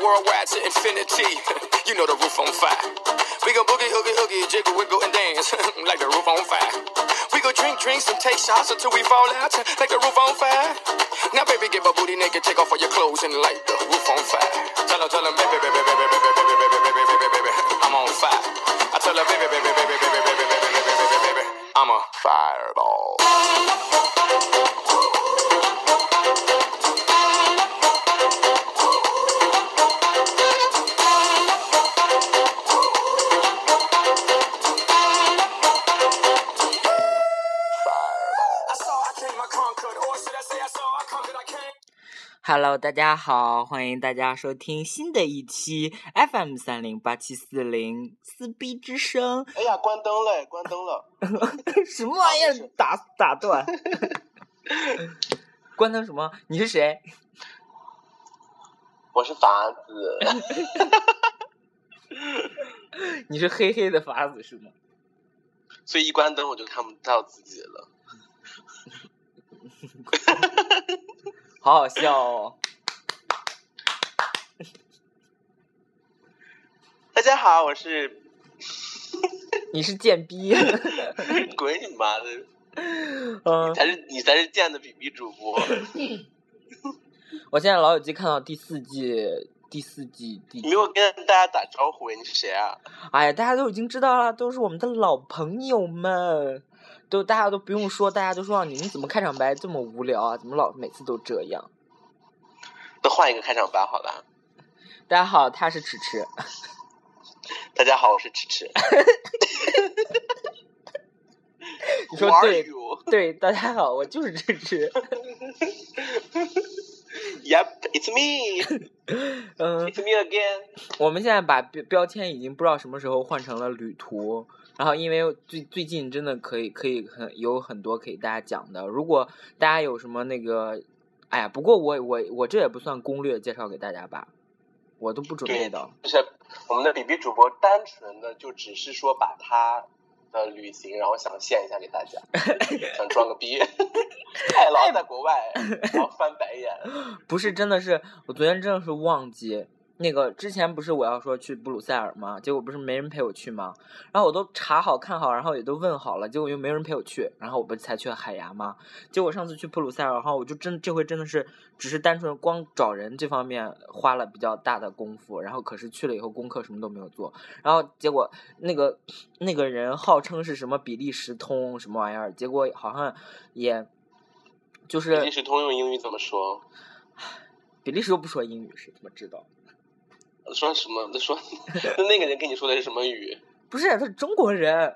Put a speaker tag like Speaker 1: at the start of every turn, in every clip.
Speaker 1: worldwide to infinity. you know the roof on fire. We go boogie, oogie, oogie, jiggle, wiggle, and dance like the roof on fire. We go drink drinks and take shots until we fall out like the roof on fire. Now, baby, get my booty naked, take off all your clothes and light the roof on fire. Tell her, tell her, baby, baby, baby, baby, baby, baby, baby, baby, baby, baby, I'm on fire. I tell her, baby, baby, baby, baby, baby, baby, baby, baby, baby, I'm a fireball. I saw I came, I conquered. Or should I say I saw I conquered, I came.
Speaker 2: Hello，大家好，欢迎大家收听新的一期 FM 三零八七四零撕逼之声。
Speaker 3: 哎呀，关灯了，关灯了。
Speaker 2: 什么玩意儿？打打断？ 关灯什么？你是谁？
Speaker 3: 我是法 子，
Speaker 2: 你是黑黑的法子是吗？
Speaker 3: 所以一关灯我就看不到自己了。
Speaker 2: 好好笑哦！
Speaker 3: 大家好，我是
Speaker 2: 你是贱逼。
Speaker 3: 滚你妈的，
Speaker 2: 嗯，
Speaker 3: 才是你才是贱的比比主播。
Speaker 2: 我现在老友记看到第四季，第四季第
Speaker 3: 你没有跟大家打招呼，你是谁啊？
Speaker 2: 哎呀，大家都已经知道了，都是我们的老朋友们，都大家都不用说，大家都说啊，你们怎么开场白这么无聊啊？怎么老每次都这样？
Speaker 3: 那换一个开场白好了。
Speaker 2: 大家好，他是迟迟，
Speaker 3: 大家好，我是迟迟。
Speaker 2: 你说
Speaker 3: Who are
Speaker 2: 对
Speaker 3: you?
Speaker 2: 对，大家好，我就是迟迟，
Speaker 3: Yep, it's me.
Speaker 2: 嗯，
Speaker 3: It's me again.
Speaker 2: 我们现在把标标签已经不知道什么时候换成了旅途，然后因为最最近真的可以可以很有很多可以大家讲的，如果大家有什么那个，哎呀，不过我我我这也不算攻略介绍给大家吧，我都不准备
Speaker 3: 对
Speaker 2: 的。
Speaker 3: 就是我们的比比主播单纯的就只是说把他的旅行，然后想献一下给大 家，想装个逼。太
Speaker 2: 哎
Speaker 3: 郎在 国外，然后翻白眼。
Speaker 2: 不是，真的是，我昨天真的是忘记那个之前不是我要说去布鲁塞尔吗？结果不是没人陪我去吗？然后我都查好看好，然后也都问好了，结果又没人陪我去，然后我不是才去了海牙吗？结果上次去布鲁塞尔，然后我就真这回真的是只是单纯光找人这方面花了比较大的功夫，然后可是去了以后功课什么都没有做，然后结果那个那个人号称是什么比利时通什么玩意儿，结果好像也就
Speaker 3: 比
Speaker 2: 是
Speaker 3: 利时通用英语怎么说？
Speaker 2: 比利时又不说英语，谁他妈知道？
Speaker 3: 说什么？ 说那那个人跟你说的是什么语？
Speaker 2: 不是，他是中国人。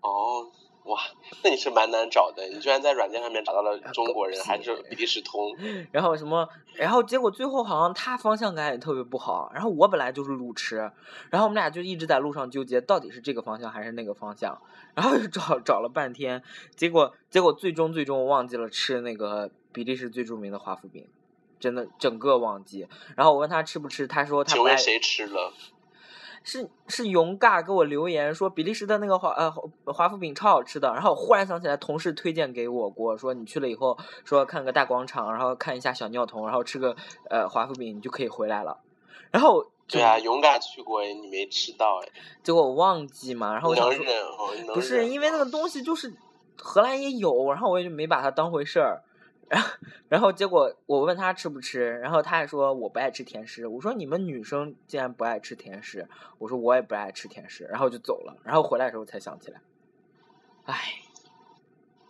Speaker 3: 哦，哇，那你是蛮难找的，你居然在软件上面找到
Speaker 2: 啊
Speaker 3: 了中国人，还是比利时通？
Speaker 2: 然后什么，然后结果最后好像他方向感也特别不好。然后我本来就是路痴，然后我们俩就一直在路上纠结，到底是这个方向还是那个方向。然后就找找了半天，结果结果最终最终我忘记了吃那个比利时最著名的华夫饼，真的整个忘记。然后我问他吃不吃，他说他
Speaker 3: 请
Speaker 2: 不爱
Speaker 3: 问。谁吃了？
Speaker 2: 是是勇尬给我留言说比利时的那个华呃华夫饼超好吃的，然后我忽然想起来同事推荐给我过，说你去了以后说看个大广场，然后看一下小尿童，然后吃个呃华夫饼你就可以回来了。然后
Speaker 3: 对啊，勇敢去过，你没吃到哎，
Speaker 2: 结果我忘记嘛，然后我
Speaker 3: 你
Speaker 2: 想
Speaker 3: 能
Speaker 2: 说
Speaker 3: 忍哦，你能忍。
Speaker 2: 不是因为那个东西就是荷兰也有，然后我也就没把它当回事儿。然后，然后结果我问他吃不吃，然后他还说我不爱吃甜食。我说你们女生竟然不爱吃甜食，我说我也不爱吃甜食，然后就走了。然后回来的时候才想起来，唉，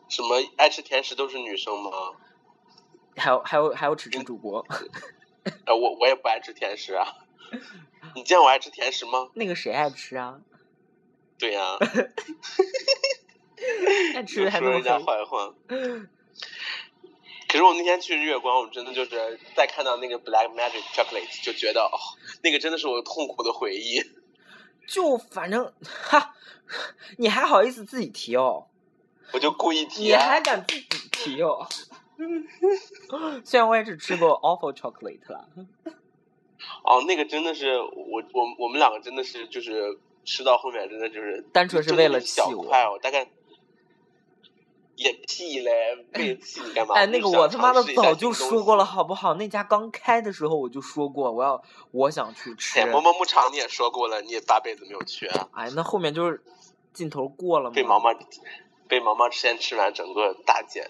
Speaker 3: 什么爱吃甜食都是女生吗？
Speaker 2: 还有还有还有吃吃主播
Speaker 3: 呃，我我也不爱吃甜食啊。 你见我爱吃甜食吗？
Speaker 2: 那个谁爱吃啊？
Speaker 3: 对呀、
Speaker 2: 爱
Speaker 3: 就
Speaker 2: 吃还
Speaker 3: 说
Speaker 2: 那
Speaker 3: 人家
Speaker 2: 么黑。
Speaker 3: 坏话。 可是我那天去日月光，我真的就是再看到那个 Black Magic Chocolate，就觉得哦，那个真的是我痛苦的回忆。
Speaker 2: 就反正哈，你还好意思自己提哦？
Speaker 3: 我就故意提、
Speaker 2: 你还
Speaker 3: 啊，
Speaker 2: 敢自己提哦？虽然我也只吃过 awful chocolate 啦。
Speaker 3: 哦，那个真的是我我我们两个真的是就是吃到后面真的就是
Speaker 2: 单纯是
Speaker 3: 就那
Speaker 2: 为
Speaker 3: 么
Speaker 2: 了
Speaker 3: 一小
Speaker 2: 气我
Speaker 3: 块，我大概也屁 嘞，背弃你干嘛？
Speaker 2: 哎，那个我他妈的
Speaker 3: 我就想尝试一下
Speaker 2: 早就
Speaker 3: 这个东
Speaker 2: 说过了，
Speaker 3: 西。
Speaker 2: 好不好？那家刚开的时候我就说过，我要我想去吃
Speaker 3: 哎，。某某牧场你也说过了，你也八辈子没有去啊，
Speaker 2: 哎，那后面就是劲头过了嘛。
Speaker 3: 被毛毛被毛毛先吃完整个大减。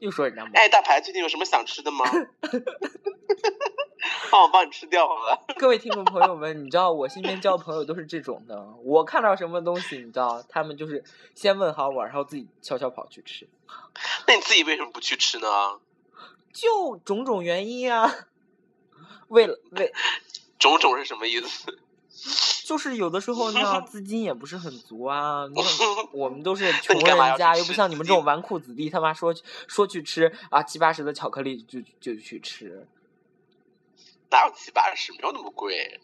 Speaker 2: 又说人家毛，
Speaker 3: 哎，大牌最近有什么想吃 的吗？ 帮我帮你吃掉好了。
Speaker 2: 各位听众朋友们，你知道我身边交朋友都是这种的，我看到什么东西，你知道，他们就是先问好我，然后自己悄悄跑去吃，
Speaker 3: 那你自己为什么不去吃呢？
Speaker 2: 就种种原因啊。为了为，
Speaker 3: 种种是什么意思？
Speaker 2: 就是有的时 候呢，资金也不是很足啊。你看我们都是
Speaker 3: 那
Speaker 2: 穷
Speaker 3: 你干嘛
Speaker 2: 人
Speaker 3: 要
Speaker 2: 家，
Speaker 3: 去
Speaker 2: 又不
Speaker 3: 吃
Speaker 2: 像你们
Speaker 3: 自
Speaker 2: 这种
Speaker 3: 己
Speaker 2: 纨绔子弟，他妈说说去吃啊七八十的巧克力就就去吃。
Speaker 3: 哪有七八十？没有那么贵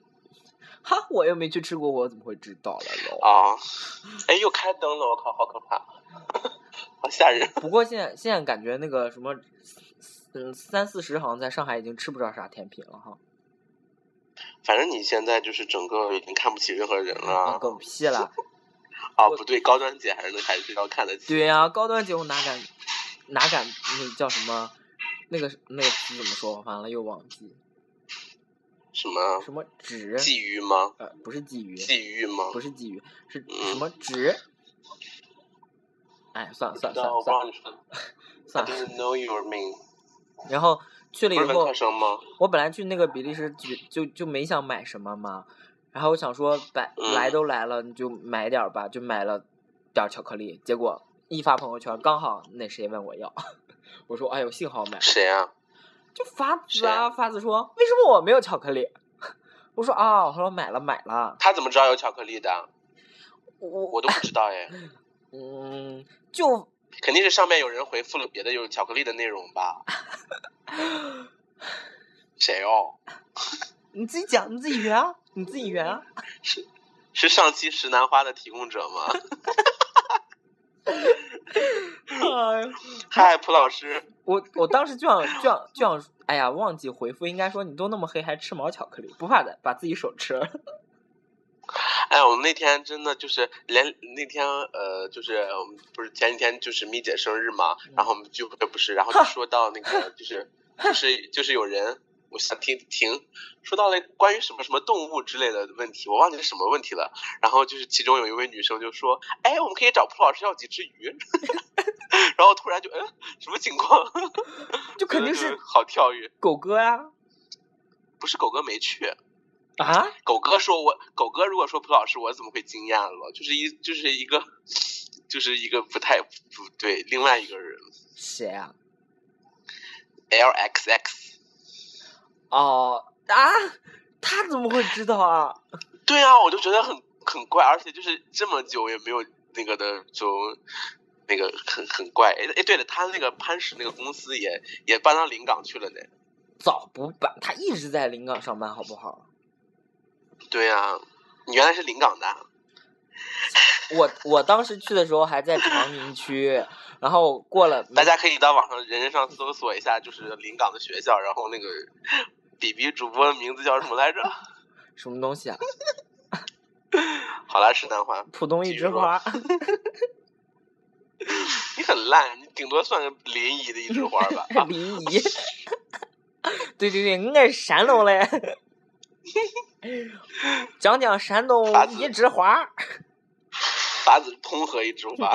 Speaker 2: 哈，我又没去吃过，我怎么会知道了喽？
Speaker 3: 啊！哎，又开灯了，我靠，好可怕， 好吓人！
Speaker 2: 不过现在现在感觉那个什么，嗯，三四十好像在上海已经吃不着啥甜品了哈，
Speaker 3: 反正你现在就是整个已经看不起任何人
Speaker 2: 那
Speaker 3: 了
Speaker 2: 啊狗屁了。
Speaker 3: 啊！
Speaker 2: 嗯我
Speaker 3: 不对，高端姐还是能还是要看得起。
Speaker 2: 对呀、高端节目哪敢哪敢那叫什么？那个那个词怎么说？完了又忘记
Speaker 3: 什么
Speaker 2: 什么纸？
Speaker 3: 觊觎吗？
Speaker 2: 呃，不是鲫鱼，
Speaker 3: 觊觎吗
Speaker 2: 不？是鲫鱼，是
Speaker 3: 嗯
Speaker 2: 什么纸？哎，算了算了算
Speaker 3: 那
Speaker 2: 了
Speaker 3: 我
Speaker 2: 算了
Speaker 3: 忘了说。I
Speaker 2: 算了。
Speaker 3: don't know your name。
Speaker 2: 然后去了以
Speaker 3: 不是文
Speaker 2: 后
Speaker 3: 科，生吗？
Speaker 2: 我本来去那个比利时就就就没想买什么嘛，然后我想说来
Speaker 3: 嗯
Speaker 2: 来都来了，你就买点儿吧，就买了点儿巧克力。结果一发朋友圈，刚好那谁问我要， 我说哎呦，幸好买了。
Speaker 3: 谁啊？
Speaker 2: 就法子
Speaker 3: 谁
Speaker 2: 啊，
Speaker 3: 啊
Speaker 2: 法子说为什么我没有巧克力？ 我说啊，我说买了买了，
Speaker 3: 他怎么知道有巧克力的？
Speaker 2: 我
Speaker 3: 我都不知道 哎，
Speaker 2: 嗯就
Speaker 3: 肯定是上面有人回复了别的有巧克力的内容吧？谁哦？
Speaker 2: 你自己讲，你自己圆啊，你自己圆啊。
Speaker 3: 是上期石南花的提供者吗？
Speaker 2: 哎呦
Speaker 3: 嗨，蒲老师，
Speaker 2: 我我当时就想就想就想，哎呀，忘记回复，应该说你都那么黑，还吃毛巧克力，不怕的，把自己手吃了。
Speaker 3: 哎，我们那天真的就是连那天呃，就是我们不是前几天就是咪姐生日嘛，然后我们聚会不是，然后就说到那个就是就是就是有人。我想停停，说到了关于什么什么动物之类的问题，我忘记是什么问题了。然后就是其中有一位女生就说：“哎，我们可以找蒲老师要几只鱼。” 然后突然就嗯，什么情况？
Speaker 2: 就肯定
Speaker 3: 觉得
Speaker 2: 是
Speaker 3: 就好跳跃。
Speaker 2: 狗哥呀、
Speaker 3: 不是狗哥没去，
Speaker 2: 啊！
Speaker 3: 狗哥说我，狗哥如果说蒲老师，我怎么会惊讶了？就是一就是一个，就是一个不太不对，另外一个人
Speaker 2: 谁啊？
Speaker 3: L X X。
Speaker 2: 哦啊！他怎么会知道啊？
Speaker 3: 对啊，我就觉得很很怪，而且就是这么久也没有那个的就。那个很很怪，哎哎，对了，他那个潘石那个公司也也搬到临港去了呢。
Speaker 2: 早不办，他一直在临港上班，好不好？
Speaker 3: 对啊，你原来是临港的啊，
Speaker 2: 我我当时去的时候还在长宁区，然后过了没
Speaker 3: 大家可以到网上人人上搜索一下，就是临港的学校，然后那个 B B 主播的名字叫什么来着？
Speaker 2: 什么东西啊，
Speaker 3: 好啦，石南花，
Speaker 2: 浦东一
Speaker 3: 继续
Speaker 2: 枝
Speaker 3: 说
Speaker 2: 花。
Speaker 3: 你很烂，你顶多算个临沂的一枝花 吧。啊
Speaker 2: 临沂。对对对，我是山东嘞。讲讲山东
Speaker 3: 法子
Speaker 2: 一枝花，
Speaker 3: 法子通河一枝花，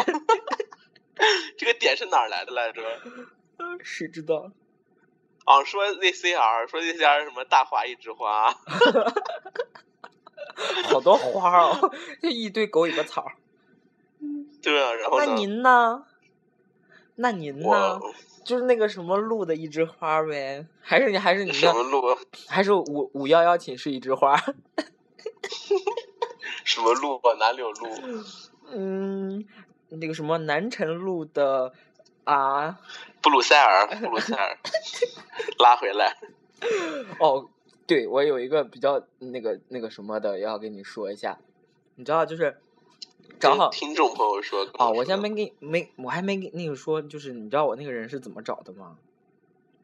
Speaker 3: 这个点是哪儿来的来着？
Speaker 2: 谁知道？
Speaker 3: 啊，说 ZCR，说 ZCR 什么大花一枝花，
Speaker 2: 好多花儿哦， 就一堆狗尾巴草儿。
Speaker 3: 对啊，然后
Speaker 2: 那
Speaker 3: 呢？
Speaker 2: 您呢？那您呢？
Speaker 3: 我
Speaker 2: 就是那个什么路的一枝花儿呗，还是你还是你
Speaker 3: 什么
Speaker 2: 的，
Speaker 3: 路
Speaker 2: 还是五五幺幺寝室一枝花儿？
Speaker 3: 什么路吧？哪里有路？
Speaker 2: 嗯，那个什么南辰路的啊，
Speaker 3: 布鲁塞尔，布鲁塞尔，拉回来。
Speaker 2: 哦，对，我有一个比较那个那个什么的要跟你说一下，你知道就是找好
Speaker 3: 听众朋友说，跟
Speaker 2: 哦，我先
Speaker 3: 说
Speaker 2: 没给没我还没给那个说，就是你知道我那个人是怎么找的吗？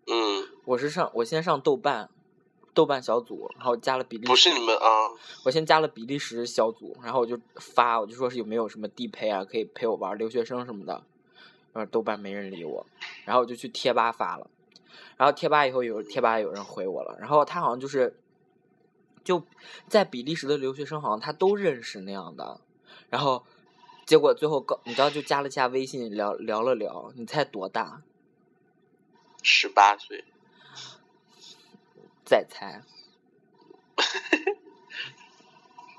Speaker 3: 嗯，
Speaker 2: 我是上我先上豆瓣，豆瓣小组，然后加了比利
Speaker 3: 不
Speaker 2: 时，
Speaker 3: 是你们啊，
Speaker 2: 我先加了比利时小组，然后我就发我就说是有没有什么地陪啊，可以陪我玩儿留学生什么的，然后豆瓣没人理我，然后我就去贴吧发了，然后贴吧以后有贴吧有人回我了，然后他好像就是就在比利时的留学生好像他都认识那样的，然后结果最后告你知道就加了加微信聊聊了聊，你猜多大？
Speaker 3: 十八岁，
Speaker 2: 再猜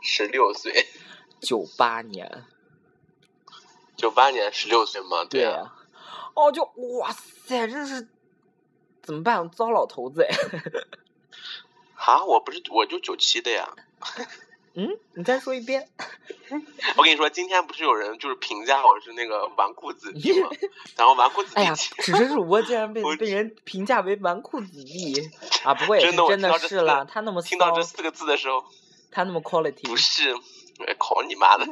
Speaker 3: 十六岁，
Speaker 2: 九八年。
Speaker 3: 九八年十六岁嘛，对啊，
Speaker 2: 啊，哦，就哇塞，这是怎么办？糟老头子哎！
Speaker 3: 哈，我不是我就九七的呀。
Speaker 2: 嗯，你再说一遍。
Speaker 3: 我跟你说，今天不是有人就是评价我是那个纨绔子弟 吗？然后纨绔子
Speaker 2: 哎
Speaker 3: 弟
Speaker 2: 呀，
Speaker 3: 其，
Speaker 2: 此时主播竟然被
Speaker 3: 我
Speaker 2: 被人评价为纨绔子弟啊！不过也
Speaker 3: 真
Speaker 2: 是
Speaker 3: 的我
Speaker 2: 真
Speaker 3: 听
Speaker 2: 的
Speaker 3: 到这
Speaker 2: 是
Speaker 3: 四个
Speaker 2: 啦，他那么
Speaker 3: 听到
Speaker 2: 骚
Speaker 3: 这四个字的时候，
Speaker 2: 他那么
Speaker 3: 不
Speaker 2: quality，
Speaker 3: 是，哎考你 妈的！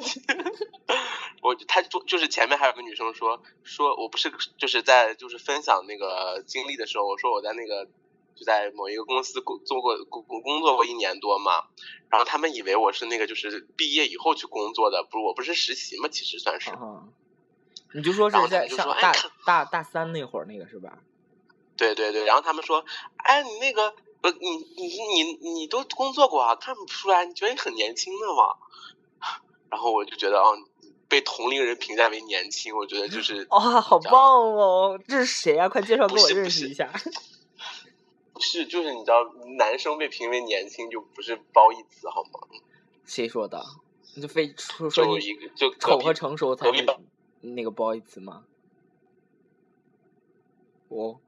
Speaker 3: 我他就就是前面还有个女生说说我不是就是在就是分享那个经历的时候，我说我在那个就在某一个公司工做过工工作过一年多嘛，然后他们以为我是那个就是毕业以后去工作的，不是我不是实习嘛，其实算是。
Speaker 2: 嗯，你就说
Speaker 3: 然
Speaker 2: 是
Speaker 3: 后他
Speaker 2: 在
Speaker 3: 们就
Speaker 2: 上
Speaker 3: 说哎
Speaker 2: 大
Speaker 3: 看
Speaker 2: 大大三那会儿那个是吧？
Speaker 3: 对对对，然后他们说，哎，你那个不，你你你你都工作过啊，看不出来，你觉得你很年轻的嘛？ 然后我就觉得，哦，被同龄人评价为年轻，我觉 得就是
Speaker 2: 哇、好
Speaker 3: 这
Speaker 2: 棒
Speaker 3: 样
Speaker 2: 哦！这是谁啊？快介绍给
Speaker 3: 不
Speaker 2: 我
Speaker 3: 是不
Speaker 2: 认识
Speaker 3: 是
Speaker 2: 一下。
Speaker 3: 是就是你知道，男生被评为年轻就不是褒义词好吗？
Speaker 2: 谁说的？你就非说说
Speaker 3: 就一
Speaker 2: 你
Speaker 3: 个就隔
Speaker 2: 丑
Speaker 3: 壁
Speaker 2: 和成熟才
Speaker 3: 隔壁
Speaker 2: 是
Speaker 3: 班
Speaker 2: 那个褒义词吗？哦，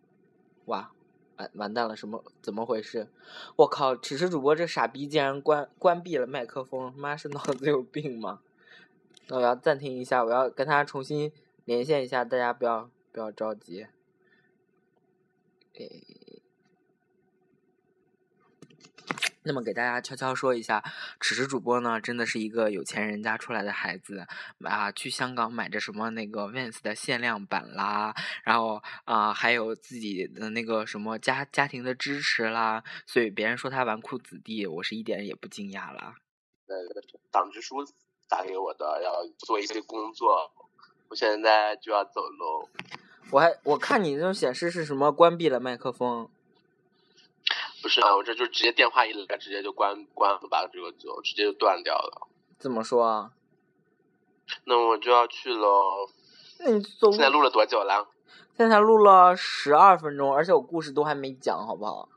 Speaker 2: 哇，完完蛋了，什么怎么回事？我靠！此时主播这傻逼竟然关关闭了麦克风，妈是脑子有病吗？那我要暂停一下，我要跟他重新连线一下，大家不要不要着急。诶，那么给大家悄悄说一下，此时主播呢，真的是一个有钱人家出来的孩子啊，去香港买着什么那个 Vans 的限量版啦，然后啊、还有自己的那个什么家家庭的支持啦，所以别人说他纨绔子弟，我是一点也不惊讶啦。
Speaker 3: 呃党支书打给我的，要做一些工作，我现在就要走喽。
Speaker 2: 我还我看你这种显示是什么关闭了麦克风，
Speaker 3: 不是啊，我这就直接电话一来，直接就关关了吧，这个就直接就断掉了。
Speaker 2: 怎么说啊？
Speaker 3: 那我就要去喽。
Speaker 2: 那你走路
Speaker 3: 现在录了多久了？
Speaker 2: 现在才录了十二分钟，而且我故事都还没讲，好不好？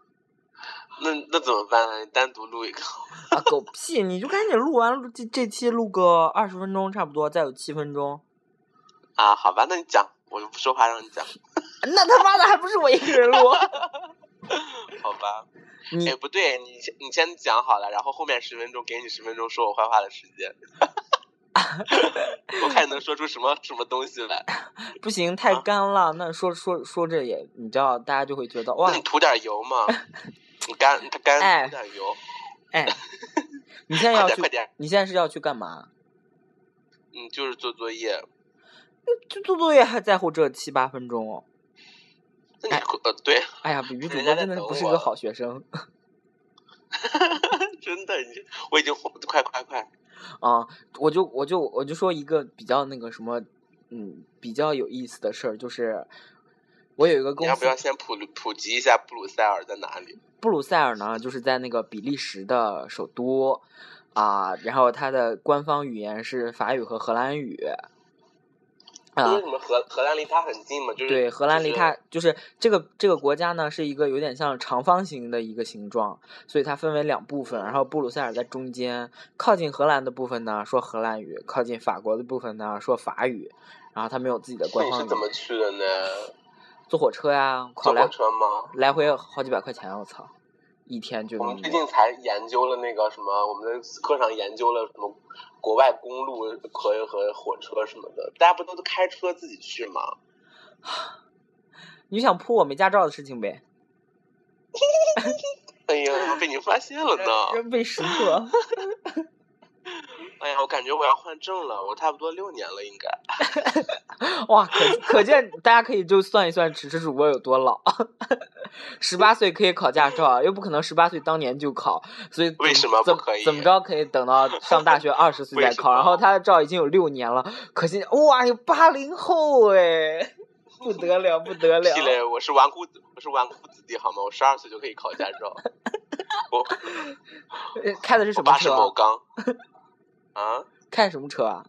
Speaker 3: 那那怎么办呢？你单独录一个，
Speaker 2: 啊，狗屁！你就赶紧录完录这这期录个二十分钟差不多，再有七分钟。
Speaker 3: 啊？好吧，那你讲，我就不说话，让你讲，
Speaker 2: 那他妈的还不是我一个人录？
Speaker 3: 好吧？
Speaker 2: 你
Speaker 3: 哎，不对，你先你先讲好了，然后后面十分钟给你十分钟说我坏话的时间。 我看你能说出什么什么东西来，
Speaker 2: 不行，太干了。那说说说这也，你知道，大家就会 觉得哇
Speaker 3: 那，你涂点 油嘛，你干它干
Speaker 2: 哎
Speaker 3: 涂点油，
Speaker 2: 哎，你现在
Speaker 3: 快
Speaker 2: 要
Speaker 3: 点
Speaker 2: 去
Speaker 3: 快，点，
Speaker 2: 你现在是要去干嘛？
Speaker 3: 嗯，就是做作业。
Speaker 2: 就做作业还在乎这七八分钟哦。
Speaker 3: 那你、呃对，
Speaker 2: 哎呀，比比主
Speaker 3: 人
Speaker 2: 播
Speaker 3: 家在
Speaker 2: 真的是
Speaker 3: 等
Speaker 2: 不是
Speaker 3: 我
Speaker 2: 一个好学生
Speaker 3: 真的，你我已经快快快，
Speaker 2: 啊！我就我就我就说一个比较那个什么，嗯，比较有意思的事儿，就是我有一个
Speaker 3: 你
Speaker 2: 公
Speaker 3: 要
Speaker 2: 司
Speaker 3: 不要先普普及一下布鲁塞尔在哪里？
Speaker 2: 布鲁塞尔呢，就是在那个比利时的首都啊，然后它的官方语言是法语和荷兰语。啊、
Speaker 3: 为什么荷荷兰离它很近嘛？就是
Speaker 2: 对，荷兰离
Speaker 3: 嗯就是
Speaker 2: 它就是这个这个国家呢，是一个有点像长方形的一个形状，所以它分为两部分，然后布鲁塞尔在中间，靠近荷兰的部分呢说荷兰语，靠近法国的部分呢说法语，然后他们有自己的
Speaker 3: 那
Speaker 2: 官
Speaker 3: 你
Speaker 2: 方
Speaker 3: 是
Speaker 2: 语
Speaker 3: 怎么
Speaker 2: 言。
Speaker 3: 去的呢？
Speaker 2: 坐火车呀，靠
Speaker 3: 坐火
Speaker 2: 来
Speaker 3: 车吗？
Speaker 2: 来回好几百块钱，我操，一天就
Speaker 3: 我
Speaker 2: 那
Speaker 3: 们
Speaker 2: 么
Speaker 3: 最
Speaker 2: 多
Speaker 3: 近才研究了那个什么，我们的课上研究了什么国外公路和和火车什么的，大家不都开车自己去吗？
Speaker 2: 你想扑我没驾照的事情呗？
Speaker 3: 哎呀，怎么被你发现了 呢？
Speaker 2: 人被识破。
Speaker 3: 哎呀，我感觉我要换证了，我差不多六年了应该。
Speaker 2: 哇，可可见大家可以就算一算此时主播有多老， 十八岁可以考驾照，啊又不可能十八岁当年就考，所以
Speaker 3: 为
Speaker 2: 怎
Speaker 3: 什么
Speaker 2: 怎
Speaker 3: 不可以
Speaker 2: 怎么着可以等 到上大学二十岁
Speaker 3: 为
Speaker 2: 再
Speaker 3: 什
Speaker 2: 考，然
Speaker 3: 么
Speaker 2: 后他的照已经有六年了，可惜哇，有八零后哎， 不得了，不得了
Speaker 3: 屁！嘞！我是纨绔子，我是纨绔子弟好吗？我十二岁就可以考驾 照。我
Speaker 2: 呃开的是
Speaker 3: 我
Speaker 2: 什么
Speaker 3: 爸是
Speaker 2: 车
Speaker 3: 某
Speaker 2: 啊？
Speaker 3: 钢。啊，
Speaker 2: 开什么车啊？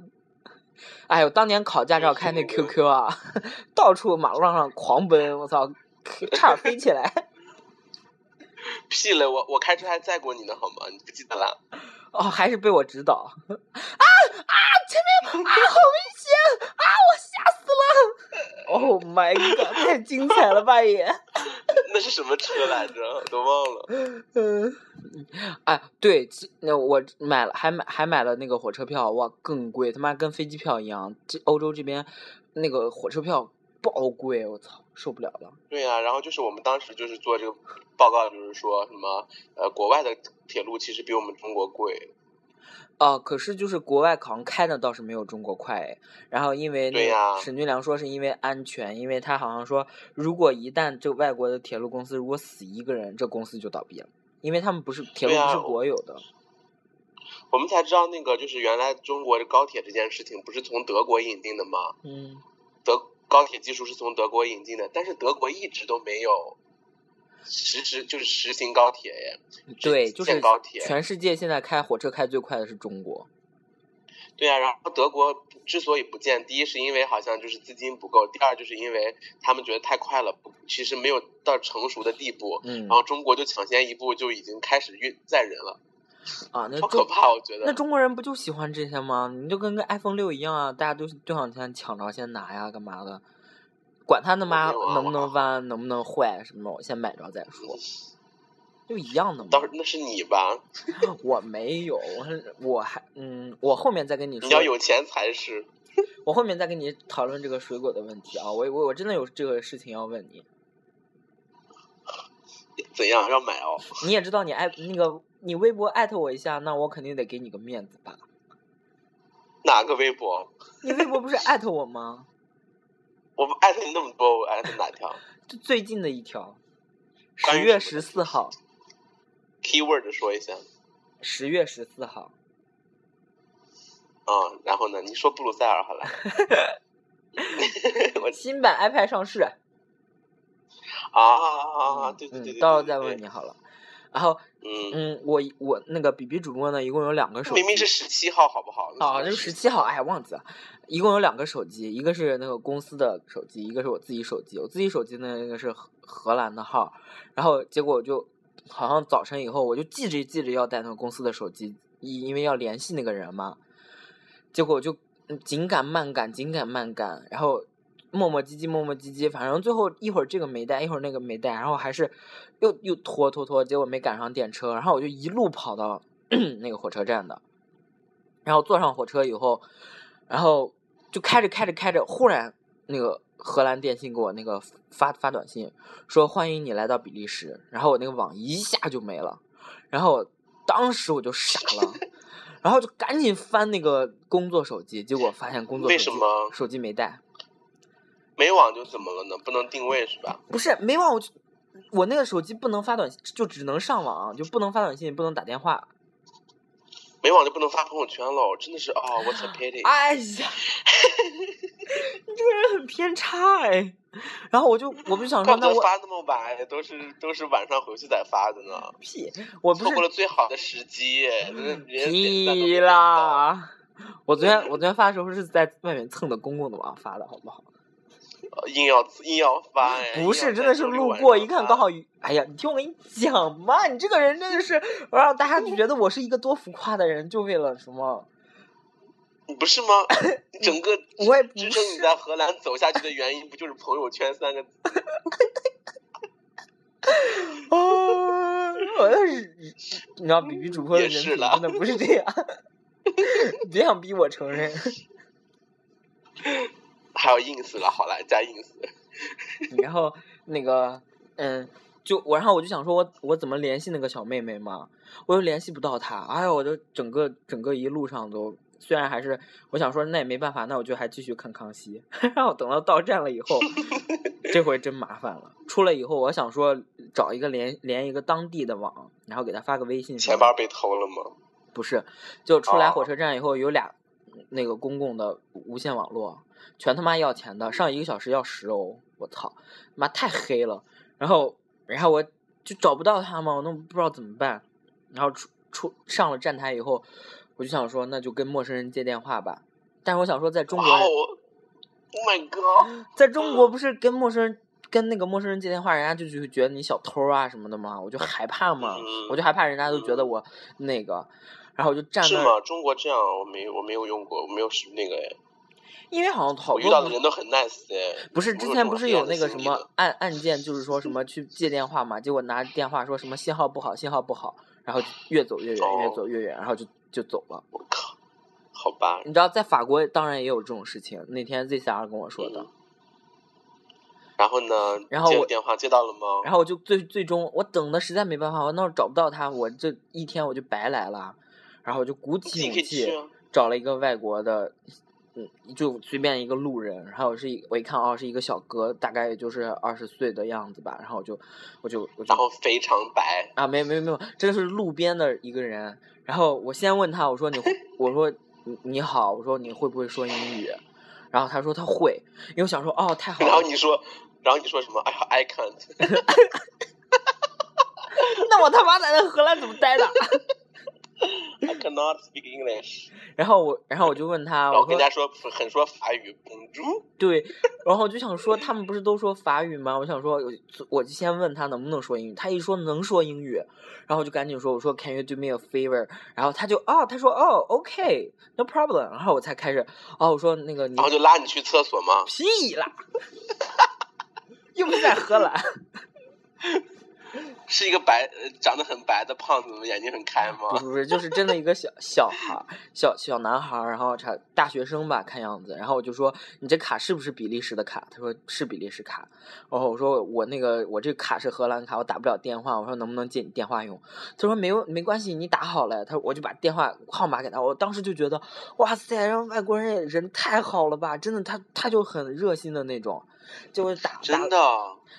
Speaker 2: 哎呦，当年考驾照开那
Speaker 3: 就是
Speaker 2: QQ 啊， 到处马路上狂奔，我操， 差点飞起来！
Speaker 3: 屁嘞！我我开车还载过你呢好吗？你不记得啦？
Speaker 2: 哦，还是被我指导。 啊啊！前面啊，好危险！啊，我吓死了！Oh my god！太精彩了吧也。
Speaker 3: 那是什么车来着？都忘了。
Speaker 2: 嗯，哎，对，其那我买了，还买还买了那个火车票，哇，更贵，他妈跟飞机票一样。这欧洲这边那个火车票爆贵，我操，受不了了。
Speaker 3: 对呀、然后就是我们当时就是做这个报告，就是说什么呃，国外的铁路其实比我们中国贵。
Speaker 2: 啊，可是就是国外好像开的倒是没有中国快哎。然后因为
Speaker 3: 对
Speaker 2: 那
Speaker 3: 呀
Speaker 2: 沈俊良说是因为安全，因为他好像说，如果一旦这外国的铁路公司如果死一个人，这公司就倒闭了，因为他们不是铁路
Speaker 3: 对
Speaker 2: 不
Speaker 3: 呀
Speaker 2: 是
Speaker 3: 我
Speaker 2: 国有的。
Speaker 3: 我们才知道那个就是原来中国的高铁这件事情不是从德国引进的吗？
Speaker 2: 嗯，
Speaker 3: 德高铁技术是从德国引进的，但是德国一直都没有实施就是实行高铁耶。
Speaker 2: 对，
Speaker 3: 是
Speaker 2: 就是
Speaker 3: 建高铁
Speaker 2: 全世界现在开火车开最快的是中国。
Speaker 3: 对啊，然后德国之所以不建，第一是因为好像就是资金不够，第二就是因为他们觉得太快了，不其实没有到成熟的地步。
Speaker 2: 嗯
Speaker 3: 然后中国就抢先一步，就已经开始运载人了，
Speaker 2: 啊，那
Speaker 3: 好可
Speaker 2: 中
Speaker 3: 怕！我觉
Speaker 2: 那
Speaker 3: 得
Speaker 2: 中国人不就喜欢这些吗？你就跟个 iPhone 六一样啊，大家都都想先抢着先拿呀，干嘛的？管他他妈
Speaker 3: 没有啊
Speaker 2: 能不能
Speaker 3: 我
Speaker 2: 弯，能不能坏什么的，我先买着再 说，就一样的嘛。
Speaker 3: 到时候那是你吧？
Speaker 2: 我没有，我是我还嗯，我后面再跟你说。
Speaker 3: 你要有钱才是。
Speaker 2: 我后面再跟你讨论这个水果的问题啊，我我我真的有这个事情要问你。
Speaker 3: 怎样要买哦？
Speaker 2: 你也知道你爱那个你微博艾特我一下，那我肯定得给你个面子吧？
Speaker 3: 哪个微博？
Speaker 2: 你微博不是艾特我吗？
Speaker 3: 我艾特你那么多，我艾特哪 条
Speaker 2: 就最近的一条，
Speaker 3: 关
Speaker 2: 十
Speaker 3: 于
Speaker 2: 月
Speaker 3: 什
Speaker 2: 十
Speaker 3: 么
Speaker 2: 四号，
Speaker 3: ？keyword 说一下
Speaker 2: 十月十四号，
Speaker 3: 啊、然后呢？你说布鲁塞尔好了。 我
Speaker 2: 新版 iPad 上市。
Speaker 3: 啊啊啊！
Speaker 2: 嗯
Speaker 3: 对对对
Speaker 2: 嗯，
Speaker 3: 对对，
Speaker 2: 到时候再
Speaker 3: 对
Speaker 2: 问。你好了。然后，
Speaker 3: 嗯，
Speaker 2: 嗯，我我那个比比主播呢，一共有两个手机。
Speaker 3: 明明是十七号，好不好？
Speaker 2: 啊，这
Speaker 3: 那
Speaker 2: 个十七号，哎呀，忘记了，一共有两个手机，一个是那个公司的手机，一个是我自己手机。我自己手机呢，那个是荷荷兰的号，然后结果我就好像早晨以后，我就记着记着要带那个公司的手机，因因为要联系那个人嘛，结果我就嗯紧赶慢赶，紧赶慢赶，然后磨磨唧唧，磨磨唧唧，反正最后一会儿这个没带，一会儿那个没带，然后还是又又拖拖拖，结果没赶上电车，然后我就一路跑到 那个火车站的。然后坐上火车以后，然后就开着开着开着，忽然那个荷兰电信给我那个发发短信说欢迎你来到比利时，然后我那个网一下就没了，然后我当时我就傻 了，然后就赶紧翻那个工作手机，结果发现工作手
Speaker 3: 为
Speaker 2: 机
Speaker 3: 什么
Speaker 2: 手机没带，
Speaker 3: 没网就怎么了呢？不能定位是吧？
Speaker 2: 不是没网我就我那个手机不能发短信，就只能上网，就不能发短信，不能打电话。
Speaker 3: 没网就不能发朋友圈喽，真的是啊、w h a t s a pity！、
Speaker 2: 哎呀，你这个人很偏差哎。然后我就我不就想
Speaker 3: 怪
Speaker 2: 说，
Speaker 3: 不
Speaker 2: 那
Speaker 3: 得
Speaker 2: 我
Speaker 3: 发那么晚，都是都是晚上回去才发的呢，
Speaker 2: 屁，我不
Speaker 3: 错过
Speaker 2: 是嗯
Speaker 3: 了最好的时机，真的人家点赞都没
Speaker 2: 屁
Speaker 3: 点到
Speaker 2: 啦。我昨天我昨天发的时候是在外面蹭的公共的网发的，好不好？
Speaker 3: 硬要硬要发哎，
Speaker 2: 不是，
Speaker 3: 硬要在
Speaker 2: 真的是
Speaker 3: 周六
Speaker 2: 路
Speaker 3: 晚
Speaker 2: 过
Speaker 3: 上
Speaker 2: 一看，
Speaker 3: 发
Speaker 2: 刚好遇。哎呀，你听我跟你讲嘛，你这个人真的是，我让大家就觉得我是一个多浮夸的人，就为了什么？
Speaker 3: 你不 是吗？你整个
Speaker 2: 我也不
Speaker 3: 支撑你
Speaker 2: 是。
Speaker 3: 在荷兰走下去的原因，不就是朋友圈三个字？
Speaker 2: 啊，我要是你知道，比比主播的
Speaker 3: 也
Speaker 2: 人
Speaker 3: 是
Speaker 2: 品
Speaker 3: 啦
Speaker 2: 真的不是这样， 你别想逼我承认，
Speaker 3: 还有 ins 了，好了，加 ins。
Speaker 2: 然后那个，嗯，就我，然后我就想说我我怎么联系那个小妹妹嘛，我又联系不到她，哎呦，我就整个整个一路上都，虽然还是我想说那也没办法，那我就还继续看康熙， 然后等到到站了以 后，这回真麻烦了，出来以后我想说找一个连连一个当地的网，然后给她发个微信什么
Speaker 3: 钱
Speaker 2: 的，
Speaker 3: 包被偷了吗？
Speaker 2: 不是，就出来
Speaker 3: 哦
Speaker 2: 火车站以后有俩那个公共的无线网络，全他妈要钱的，上一个小时要十欧，我操，妈太黑了。然后，然后我就找不到他嘛，我都不知道怎么办。然后出出上了站台以后，我就想说，那就跟陌生人接电话吧。但是我想说，在中
Speaker 3: 哇
Speaker 2: 国人，
Speaker 3: 哦，Oh my god！
Speaker 2: 在中国不是跟陌生人跟那个陌生人接电话，人家就就觉得你小偷啊什么的嘛，我就害怕嘛，
Speaker 3: 嗯
Speaker 2: 我就害怕人家都觉得我那个，然后我就站
Speaker 3: 是
Speaker 2: 那儿，
Speaker 3: 吗？中国这样我没我没有用过，我没有使那个哎，
Speaker 2: 因为好像好
Speaker 3: 我遇到
Speaker 2: 多
Speaker 3: 的人都很 nice 哎。
Speaker 2: 不是
Speaker 3: 我
Speaker 2: 之
Speaker 3: 有
Speaker 2: 前
Speaker 3: 种
Speaker 2: 不是
Speaker 3: 黑
Speaker 2: 有
Speaker 3: 暗的
Speaker 2: 那个
Speaker 3: 心
Speaker 2: 什
Speaker 3: 理
Speaker 2: 么
Speaker 3: 的
Speaker 2: 案案件，就是说什么去借电话嘛，结果拿电话说什么信号不好，信号不好，然后就越走越远，越
Speaker 3: 哦
Speaker 2: 走越远，然后就就走了。
Speaker 3: 我靠，好吧。
Speaker 2: 你知道，在法国当然也有这种事情。那天 Z C R 跟我说
Speaker 3: 嗯
Speaker 2: 的，
Speaker 3: 然后呢？
Speaker 2: 然后
Speaker 3: 接
Speaker 2: 我
Speaker 3: 了电话接到了吗？
Speaker 2: 然后我就最最终我等的实在没办法，我那我找不到他，我这一天我就白来了。然后我就鼓
Speaker 3: 自己
Speaker 2: 起勇
Speaker 3: 可以去
Speaker 2: 气
Speaker 3: 啊
Speaker 2: 找了一个外国的，嗯，就随便一个路人，然后是一我一看哦是一个小哥，大概也就是二十岁的样子吧，然后我就我就我就
Speaker 3: 然后非常白，
Speaker 2: 啊，没有没有没有，这是路边的一个人。然后我先问他，我说你会，我说你你好，我说你会不会说英语？然后他说他会，因为我想说哦太好
Speaker 3: 然后
Speaker 2: 了，
Speaker 3: 你说，然后你说什么？哎呀，I can't，
Speaker 2: 那我他妈在那荷兰怎么待的？
Speaker 3: I cannot speak English。
Speaker 2: 然后我然后我就问他，
Speaker 3: 然后
Speaker 2: 啊我说
Speaker 3: 跟
Speaker 2: 嗯
Speaker 3: 人家说很说法语，Bonjour。
Speaker 2: 对，然后我就想说他们不是都说法语吗？我想说我我就先问他能不能说英语，他一说能说英语，然后我就赶紧说我说 Can you do me a favor？然后他就哦他说哦 OK，no、problem，然后我才开始哦我说那个你
Speaker 3: 然后就拉你去厕所嘛。
Speaker 2: 屁啦，又不是在荷兰。
Speaker 3: 是一个白，呃长得很白的胖子，眼睛很开吗
Speaker 2: 不？是不是，就是真的一个小小孩儿，小小男孩儿，然后查大学生吧，看样子。然后我就说你这卡是不是比利时的卡？他说是比利时卡。然后我说我那个我这卡是荷兰卡，我打不了电话。我说能不能借你电话用？他说没有没关系，你打好了。他说我就把电话号码给他。我当时就觉得哇塞，让外国人也人太好了吧，真的他他就很热心的那种，就是打打
Speaker 3: 真的，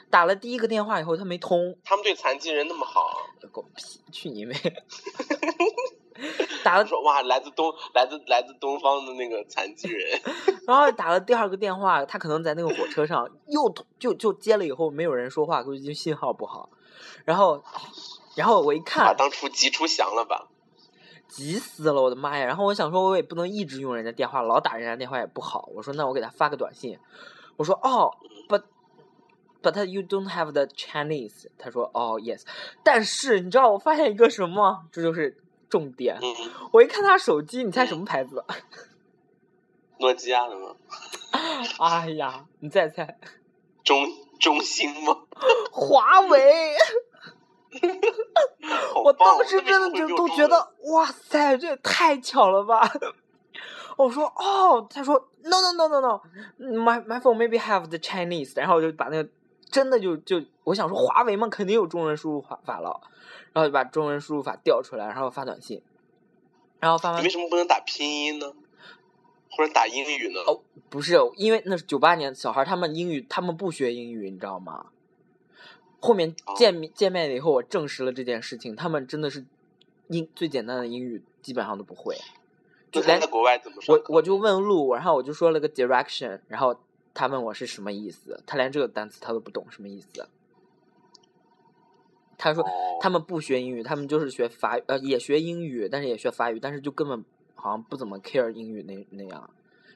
Speaker 2: 打了第一个电话以后他没通，哎
Speaker 3: 他们对残疾人那么好。
Speaker 2: 狗屁，去你妹！ 打
Speaker 3: 他
Speaker 2: 了，
Speaker 3: 说哇，来自东，来自来自东方的那个残疾人，
Speaker 2: 然后打了第二个电话，他可能在那个火车上又通就就接了以后没有人说话，估计就信号不好。然后，然后我一
Speaker 3: 把
Speaker 2: 看，
Speaker 3: 当初急出翔了吧？
Speaker 2: 急死了，我的妈呀！然后我想说，我也不能一直用人家电话，老打人家电话也不好。我说那我给他发个短信，我说哦，but but you don't have the Chinese。他说哦，yes。但是你知道我发现一个什么？这就是重点。
Speaker 3: 嗯，
Speaker 2: 我一看他手机，你猜什么牌子？
Speaker 3: 诺基亚的吗？
Speaker 2: 哎呀，你再猜，
Speaker 3: 中中兴吗？
Speaker 2: 华为。
Speaker 3: 好
Speaker 2: 我
Speaker 3: 棒
Speaker 2: 当时真的就都觉，得，哇塞，这也太巧了吧！ 我说哦，他说 no no no no no，my my phone maybe have the Chinese，然后我就把那个真的就就我想说华为嘛，肯定有中文输入法法了，然后就把中文输入法调出来，然后发短信，然后发
Speaker 3: 你
Speaker 2: 完
Speaker 3: 为什么不能打拼音呢？或者打英语呢？
Speaker 2: 哦不是，因为那是九八年小孩，他们英语他们不学英语，你知道吗？后面
Speaker 3: 哦
Speaker 2: 见面见面了以后，我证实了这件事情，他们真的是英最简单的英语基本上都不会。就
Speaker 3: 那他
Speaker 2: 连
Speaker 3: 在国外怎么上
Speaker 2: 我
Speaker 3: 课？
Speaker 2: 我就问路，然后我就说了个 direction，然后他问我是什么意思，他连这个单词他都不懂什么意思。他说
Speaker 3: 哦
Speaker 2: 他们不学英语，他们就是学法语，呃，也学英语，但是也学法语，但是就根本好像不怎么 care 英语那那样，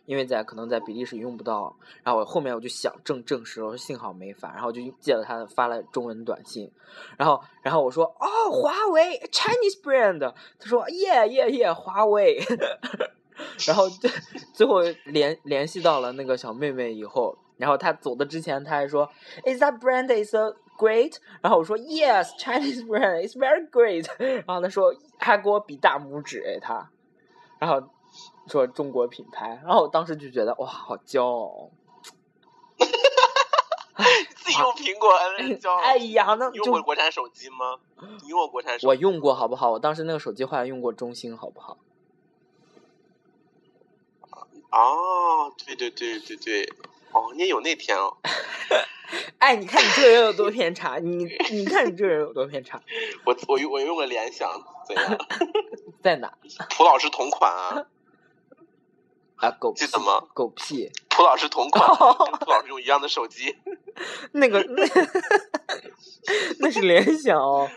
Speaker 2: 因为在可能在比利时用不到。然后我后面我就想证证实了，我说幸好没发，然后我就借了他的发了中文短信，然后然后我说哦，华为 Chinese brand，他说耶耶耶，华为。 然后最最后联联系到了那个小妹妹以后，然后她走的之前，她还说，Is that brand is a great？然后我说，Yes, Chinese brand is very great。然 后她说，还给我比大拇指哎，她，然后说中国品牌，然后我当时就觉得哇，好骄傲。
Speaker 3: 哦自己用啊苹果 N 教。
Speaker 2: 哎呀，那
Speaker 3: 你用过
Speaker 2: 就
Speaker 3: 国产手机吗？你用过国产手机吗？
Speaker 2: 我用过好不好？我当时那个手机坏了，用过中兴好不好？
Speaker 3: 哦，对对对对对，哦，你也有那天哦，
Speaker 2: 哎，你看你这个人有多偏差，你你看你这个人有多偏差，
Speaker 3: 我我用我用了联想，怎样？
Speaker 2: 在哪？
Speaker 3: 涂老师同款啊，
Speaker 2: 啊，狗屁
Speaker 3: 记得吗？
Speaker 2: 狗屁，
Speaker 3: 涂老师同款，
Speaker 2: 哦
Speaker 3: 跟涂老师用一样的手机。
Speaker 2: 那个 那那是联想哦。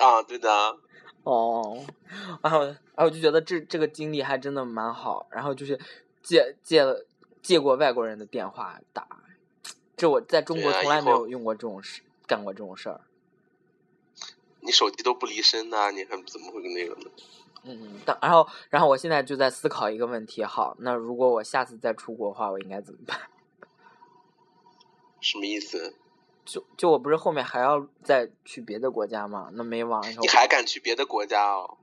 Speaker 3: 啊，对的，
Speaker 2: 哦，然后然后我就觉得这这个经历还真的蛮好，然后就是借借了借过外国人的电话打，这我在中国
Speaker 3: 对啊
Speaker 2: 从来
Speaker 3: 以
Speaker 2: 没
Speaker 3: 后
Speaker 2: 有用过这种事，干过这种事儿。
Speaker 3: 你手机都不离身呐、你还怎 么会那个呢？
Speaker 2: 嗯，但然后然后我现在就在思考一个问题，好，那如果我下次再出国的话，我应该怎么办？
Speaker 3: 什么意思？
Speaker 2: 就就我不是后面还要再去别的国家嘛？那没网以后
Speaker 3: 你，还敢去别的国家哦？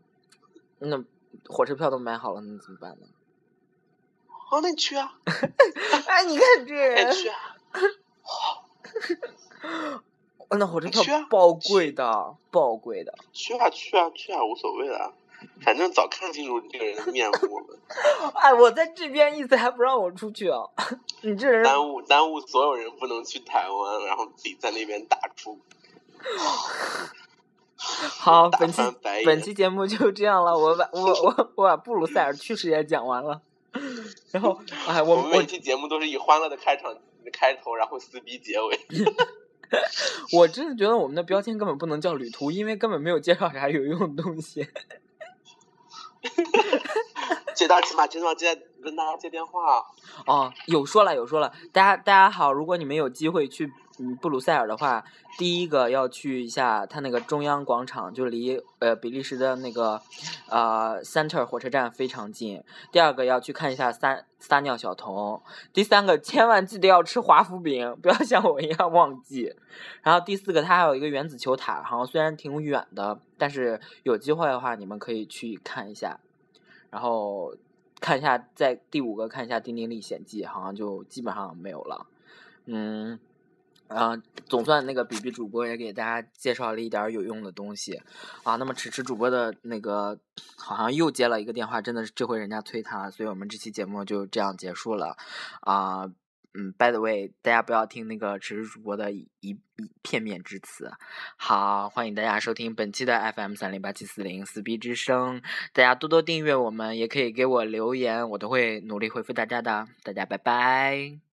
Speaker 2: 那火车票都买好了，那怎么办呢？
Speaker 3: 哦，那你去啊，
Speaker 2: 哎，你看这
Speaker 3: 那
Speaker 2: 人
Speaker 3: 你，去啊，
Speaker 2: 哦那火车
Speaker 3: 你去啊
Speaker 2: 票爆贵的，爆贵的。
Speaker 3: 去啊，去啊，去啊，无所谓了，反正早看清楚你这个人的面目 了，
Speaker 2: 哎，我在这边意思还不让我出去啊！ 你这人，
Speaker 3: 耽误耽误所有人不能去台湾，然后自己在那边打出
Speaker 2: 好，哦
Speaker 3: 打
Speaker 2: 本期
Speaker 3: 翻白眼。
Speaker 2: 本期节目就这样了。我把我我我把布鲁塞尔趣事也讲完了，然后哎，我
Speaker 3: 我们
Speaker 2: 我
Speaker 3: 每期节目都是以欢乐的开场开头，然后撕逼结尾。
Speaker 2: 我真的觉得我们的标签根本不能叫旅途，因为根本没有介绍啥有用的东西。
Speaker 3: 接到起码接到接跟大家接电话，啊
Speaker 2: 哦，有说了有说了，大家大家好，如果你们有机会去嗯布鲁塞尔的话，第一个要去一下它那个中央广场，就离呃比利时的那个呃 Center 火车站非常近。第二个要去看一下撒撒尿小童。第三个千万记得要吃华夫饼，不要像我一样忘记。然后第四个它还有一个原子球塔，好像虽然挺远的，但是有机会的话你们可以去看一下。然后看一下，在第五个看一下《丁丁历险记》，好像就基本上没有了。嗯，啊、总算那个比比主播也给大家介绍了一点儿有用的东西啊。那么迟迟主播的那个好像又接了一个电话，真的是这回人家催他，所以我们这期节目就这样结束了啊。嗯，by the way，大家不要听那个迟迟主播的一一片面之词。好，欢迎大家收听本期的 FM 三零八七四零撕逼之声。大家多多订阅我们，也可以给我留言，我都会努力回复大家的。大家拜拜。